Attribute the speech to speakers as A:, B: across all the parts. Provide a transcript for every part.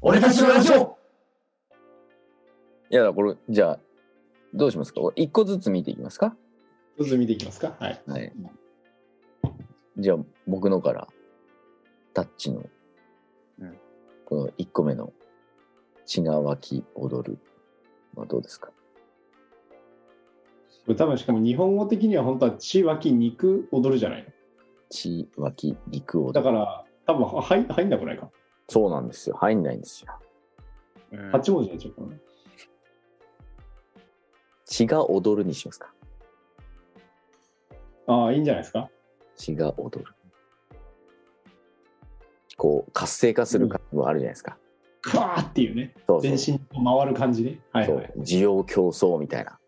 A: 俺たちのラジオ
B: いや、だからこれ、じゃあ、どうしますかこれ一個ずつ見ていきますか
A: ちょっと見ていきますか。はい。
B: はい。じゃあ、僕のから、タッチの、
A: うん
B: この1個目の、血が湧き踊るはどうですか
A: これ多分しかも日本語的には本当は血湧き肉踊るじゃない
B: 血湧き肉踊る。
A: だから多分は入入んなくないか。
B: そうなんですよ。入んないんですよ。
A: 八文字でちょっとね。
B: 血が踊るにしますか
A: ああ、いいんじゃないですか。
B: 血が踊る。こう、活性化する感じもあるじゃないですか。
A: ふわーっていうね。
B: そう
A: 全
B: そう。
A: 身を回る感じね。はい、はい。
B: そう需要競争みたいな。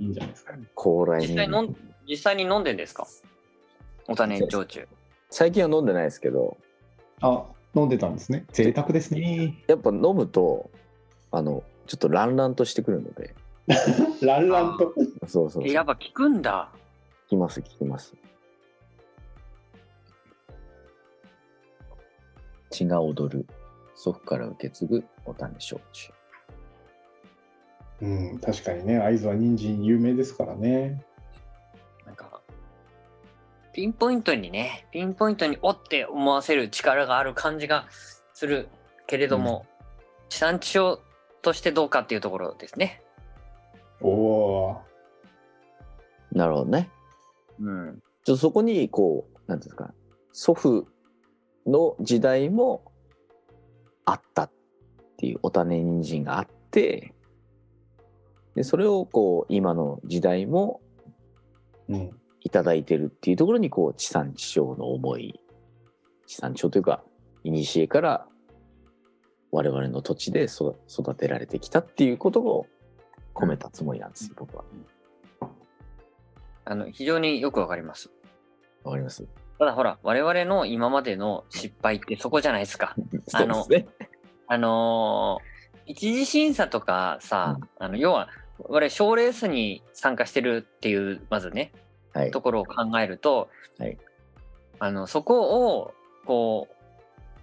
A: いいんじゃないですか。
B: 高麗
C: 実際飲ん実際に飲んでんですかお種焼酎
B: 最近は飲んでないですけど、
A: あ、飲んでたんですね。贅沢ですね。
B: やっぱ飲むと、あの、ちょっとランランとしてくるので、
A: ランランと。
B: そうそうそう
C: えやっぱ効くんだ
B: 聞きます、聞きます。血が踊る。祖父から受け継ぐお種焼酎。
A: うん、確かにね。会津は人参有名ですからね。
C: なんかピンポイントにねピンポイントにおって思わせる力がある感じがするけれども、地産地消としてどうかっていうところですね
A: おお
B: なるほどね。
C: うん
B: ちょっとそこに、こう、なんていうんですか、祖父の時代もあったっていうお種人参があって、で、それをこう、今の時代も
A: ー。うん。
B: いただいてるっていうところにこう地産地消の思い地産地消というか古から我々の土地で育育てられてきたっていうことを込めたつもりなんですよ僕は。
C: あの非常によくわかります
B: わかります
C: ただほら我々の今までの失敗ってそこじゃないですかあの
B: そうですね。
C: あのー一次審査とかさ、あの要は我々賞レースに参加してるっていうまずね
B: はい
C: ところを考えると、
B: はい
C: あのそこをこ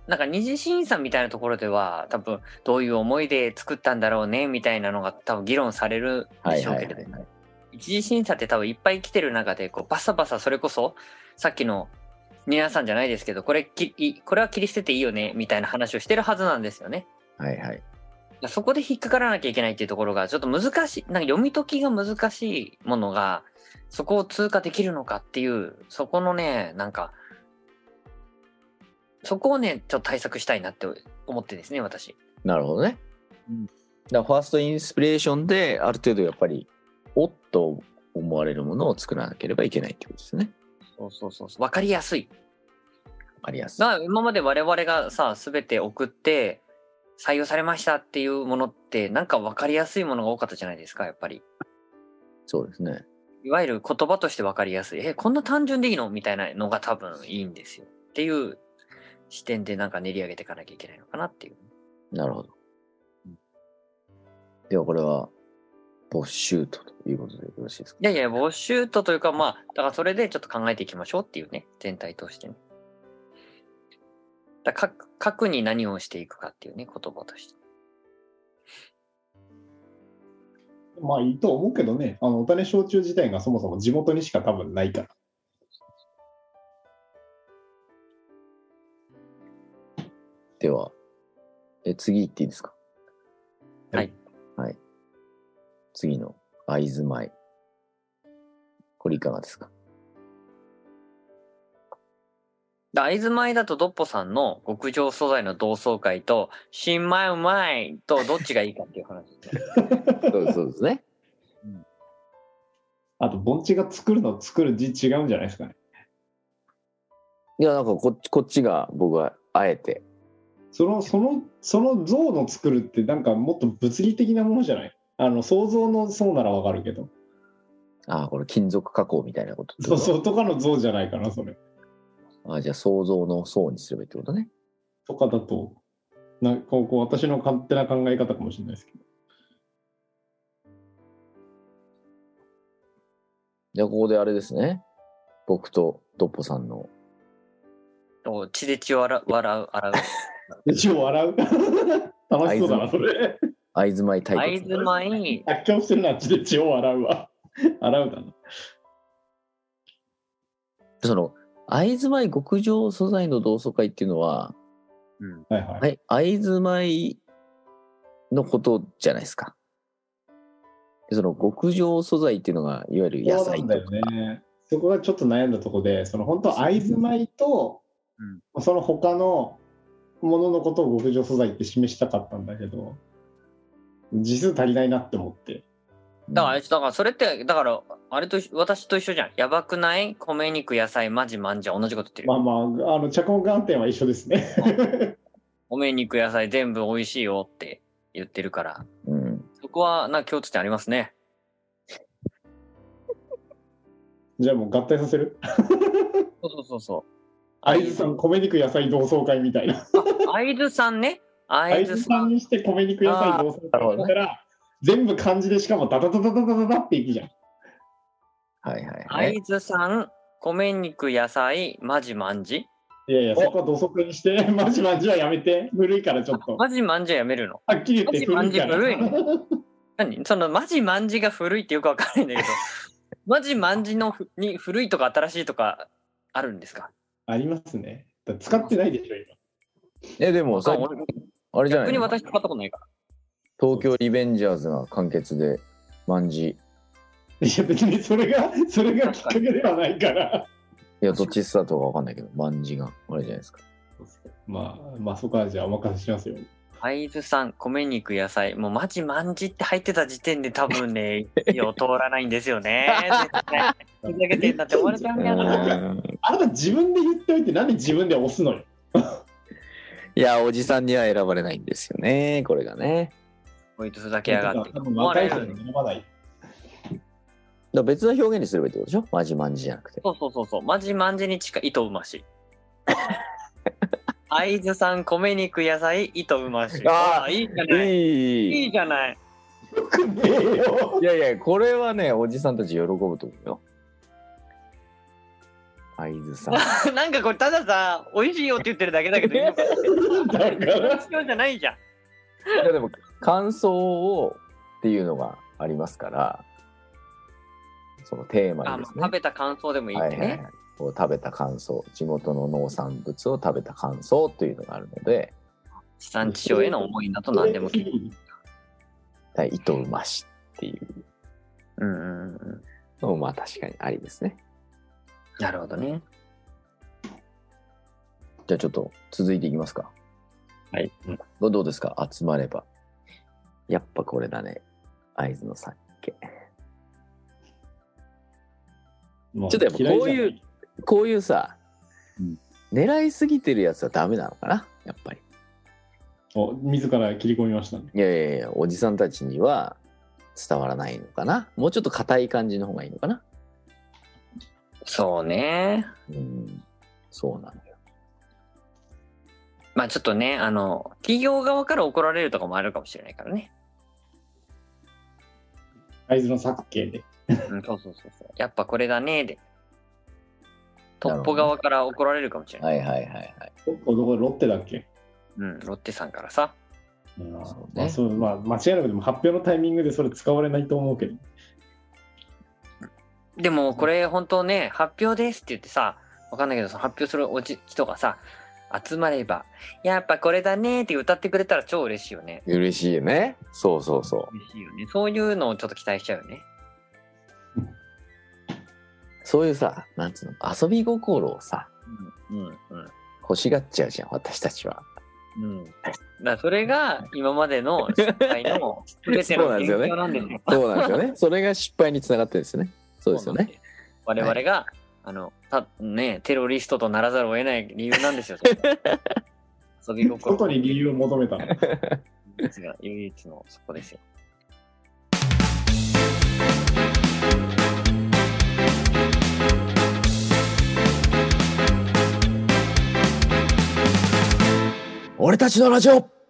C: うなんか二次審査みたいなところでは多分どういう思いで作ったんだろうねみたいなのが多分議論される
B: は
C: で
B: い
C: しょう
B: は
C: け
B: い
C: れど、
B: はいはい。
C: 一次審査って多分いっぱい来てる中でこうバサバサそれこそさっきの皆さんじゃないですけどこれきいこれは切り捨てていいよねみたいな話をしてるはずなんですよね。
B: はいはい、
C: そこで引っかからなきゃいけないっていうところがちょっと難しいなんか読み解きが難しいものがそこを通過できるのかっていうそこのねなんかそこをねちょっと対策したいなって思ってですね私
B: なるほどね。
C: うん
B: だからファーストインスピレーションである程度やっぱりおっと思われるものを作らなければいけないってことですね。
C: そうそうそう分かりやすい
B: わかりやすい。
C: だから今まで我々がさ全て送って採用されましたっていうものってなんか分かりやすいものが多かったじゃないですかやっぱり
B: そうですね。
C: いわゆる言葉として分かりやすい。え、こんな単純でいいのみたいなのが多分いいんですよ。っていう視点でなんか練り上げていかなきゃいけないのかなっていう。
B: なるほど。ではこれは、ボッシュートということでよろしいですか
C: いやいや、ボッシュートというか、まあ、だからそれでちょっと考えていきましょうっていうね、全体としてね。だから核核に何をしていくかっていうね、言葉として。
A: まあいいと思うけどね。あの、お種焼酎自体がそもそも地元にしか多分ないから。
B: では、え、次行っていいですか
C: はい。
B: はい。次の、会津米。これいかがですか
C: だ会津米だとドッポさんの極上素材の同窓会と、新米うまいとどっちがいいかっていう話ですね。
B: そうですそうですね。
A: あと、盆地が作るの作る字違うんじゃないですかね。
B: いや、なんかこっち、こっちが僕はあえて。
A: その、その、その像の作るってなんかもっと物理的なものじゃないあの、想像の像ならわかるけど。
B: ああ、これ金属加工みたいなことってこ
A: そう
B: と
A: そう、とかの像じゃないかな、それ。
B: ああ、じゃあ想像の層にすればいいってことね。
A: とかだと、なこうこう私の勝手な考え方かもしれないですけど。
B: じゃあここであれですね。僕とドッポさんの
C: と血で血を洗う、笑う、洗う。
A: 一応笑う。 楽しそうだな、それ。
B: 会津米対
C: 会
B: 決
C: 津米、
A: 発狂してるな、血で血を洗うわ。洗うだな。
B: その会津米極上素材の同窓会っていうのは、
A: はいはい。
B: はい、会津米のことじゃないですかでその極上素材っていうのがいわゆる野
A: そう
B: 菜
A: なん
B: と
A: だ
B: か
A: よね。そこがちょっと悩んだとこで、その本当は会津米と、その他のもののことを極上素材って示したかったんだけど、字数足りないなって思って。
C: だから、だからそれって、だから、あれと一緒、私と一緒じゃん。やばくない米肉、野菜、マジ、マンジャ、同じこと言ってるよ。
A: まあまあ、あの着目眼点は一緒ですね。
C: 米肉、野菜、全部美味しいよって言ってるから。
B: うん、
C: そこは、なんか共通点ありますね。
A: じゃあもう合体させる
C: そうそうそうそ
A: 会津さん、米肉野菜同窓会みたいな。
C: う。会津さんね。
A: 会
C: 会津
A: 津
C: さ
A: さん
C: ん。
A: にして米肉野菜同窓会だから、全部漢字でしかもダダダダダダダダっていくじゃん。
B: はいはいはい
C: 会津さん、米肉、野菜、マジ、マンジ。
A: いやいや、そこは土足にして、マジマジはやめて、古いからちょっと。
C: マジ、マンジャやめるの
A: はっきり言って古いから。
C: マジマジ何そのマジマンジが古いってよくわかんないんだ けどマジマンジのふに古いとか新しいとかあるんですか
A: ありますね。だから使ってないでしょ、今。
B: えでも
C: わか
B: さ
C: んない俺
B: あれじゃな
C: 逆
B: い
C: に
B: の
C: 私使ったことないから
B: 東京リベンジャーズが完結で万事
A: いや、別にそれが、それがきっかけではないから。
B: いやどっちスタートかわかんないけど万事があれじゃないですか
A: まあ、まあ、そこはじゃあお任せしますよ。
C: 会津さん米肉野菜もうマジマンジって入ってた時点で多分ねよ通らないんですよね絶対ふざけてんだって思われちゃうんだよな
B: うん
A: あなた自分で言っておいて、なんで自分で押すのよ。
B: いやおじさんには選ばれないんですよねこれがね
C: こいつふざけやがって
A: 多分若い人に選ばない。
B: だから別な表現にすればいいってことでしょマジマンジじゃなくて。
C: そうそうそうそうマジマンジに近い糸うまし会津さん米肉野菜糸うまし
B: あー
C: あーいいじゃない
B: い
C: いいじゃない
A: よくねえよ。
B: やいや、これはね、おじさんたち喜ぶと思うよ。会津 さん。
C: なんかこれたださ美味しいよって言ってるだけだけどいいのか
A: だから、
C: 必要じゃないじゃん
B: いやでも、感想をっていうのがありますから、そのテーマに
C: あ、ま
B: で
C: あ
B: すね。
C: 食べた感想でもいい
B: は
C: ん
B: い
C: で
B: はいはい
C: ね。
B: こう食べた感想、地元の農産物を食べた感想というのがあるので、
C: 地産地消への思いなど何でも聞く
B: はい糸うましっていう
C: うんうんうん
B: のもまあ確かにありですね。
C: なるほどね
B: じゃあちょっと続いていきますか。
C: はい
B: どどうですか集まれば。やっぱこれだね。会津の酒。
A: も
B: ちょっとやっぱこうい
A: 嫌
B: う
A: じゃな
B: こういうさ、
C: うん
B: 狙いすぎてるやつはダメなのかなやっぱり。
A: お自ら切り込みましたね。
B: いやいやいや、おじさんたちには伝わらないのかなもうちょっと硬い感じの方がいいのかな
C: そうね
B: うん。そうなのよ。
C: まあちょっとねあの企業側から怒られるとかもあるかもしれないからね、
A: 会津のサッケーで。
C: うん、そうそうそうそうやっぱこれだねでト
B: なるほどね
C: ップ側から怒られるかもしれない、
B: はいはいはいはい。
A: どこどこロッテだっけ
C: うん、ロッテさんからさ
A: まあ
B: そうね
A: まあそうまあ、間違いなくでも発表のタイミングでそれ使われないと思うけど、
C: でもこれ本当ね発表ですって言ってさわかんないけどその発表するおじ人がさ集まればやっぱこれだねって歌ってくれたら超嬉しいよね
B: 嬉しいよね。そうそうそう。
C: 嬉しいよねそういうのをちょっと期待しちゃうよね
B: そういうさ、なんつうの、遊び心をさ、
C: うんうん
B: 欲しがっちゃうじゃん、私たち は。
C: うんだからそれが今までの失敗の全ての
B: そうなんですよね
C: 現象なんですよ
B: そうなんですよね。それが失敗につながってるんですよね。そうですよね。
C: 我々が、あのたねテロリストとならざるを得ない理由なんですよそ れが遊び心
A: 外に理由を求めたの。
C: 唯一が唯一のそこですよ
B: 俺たちのラジオ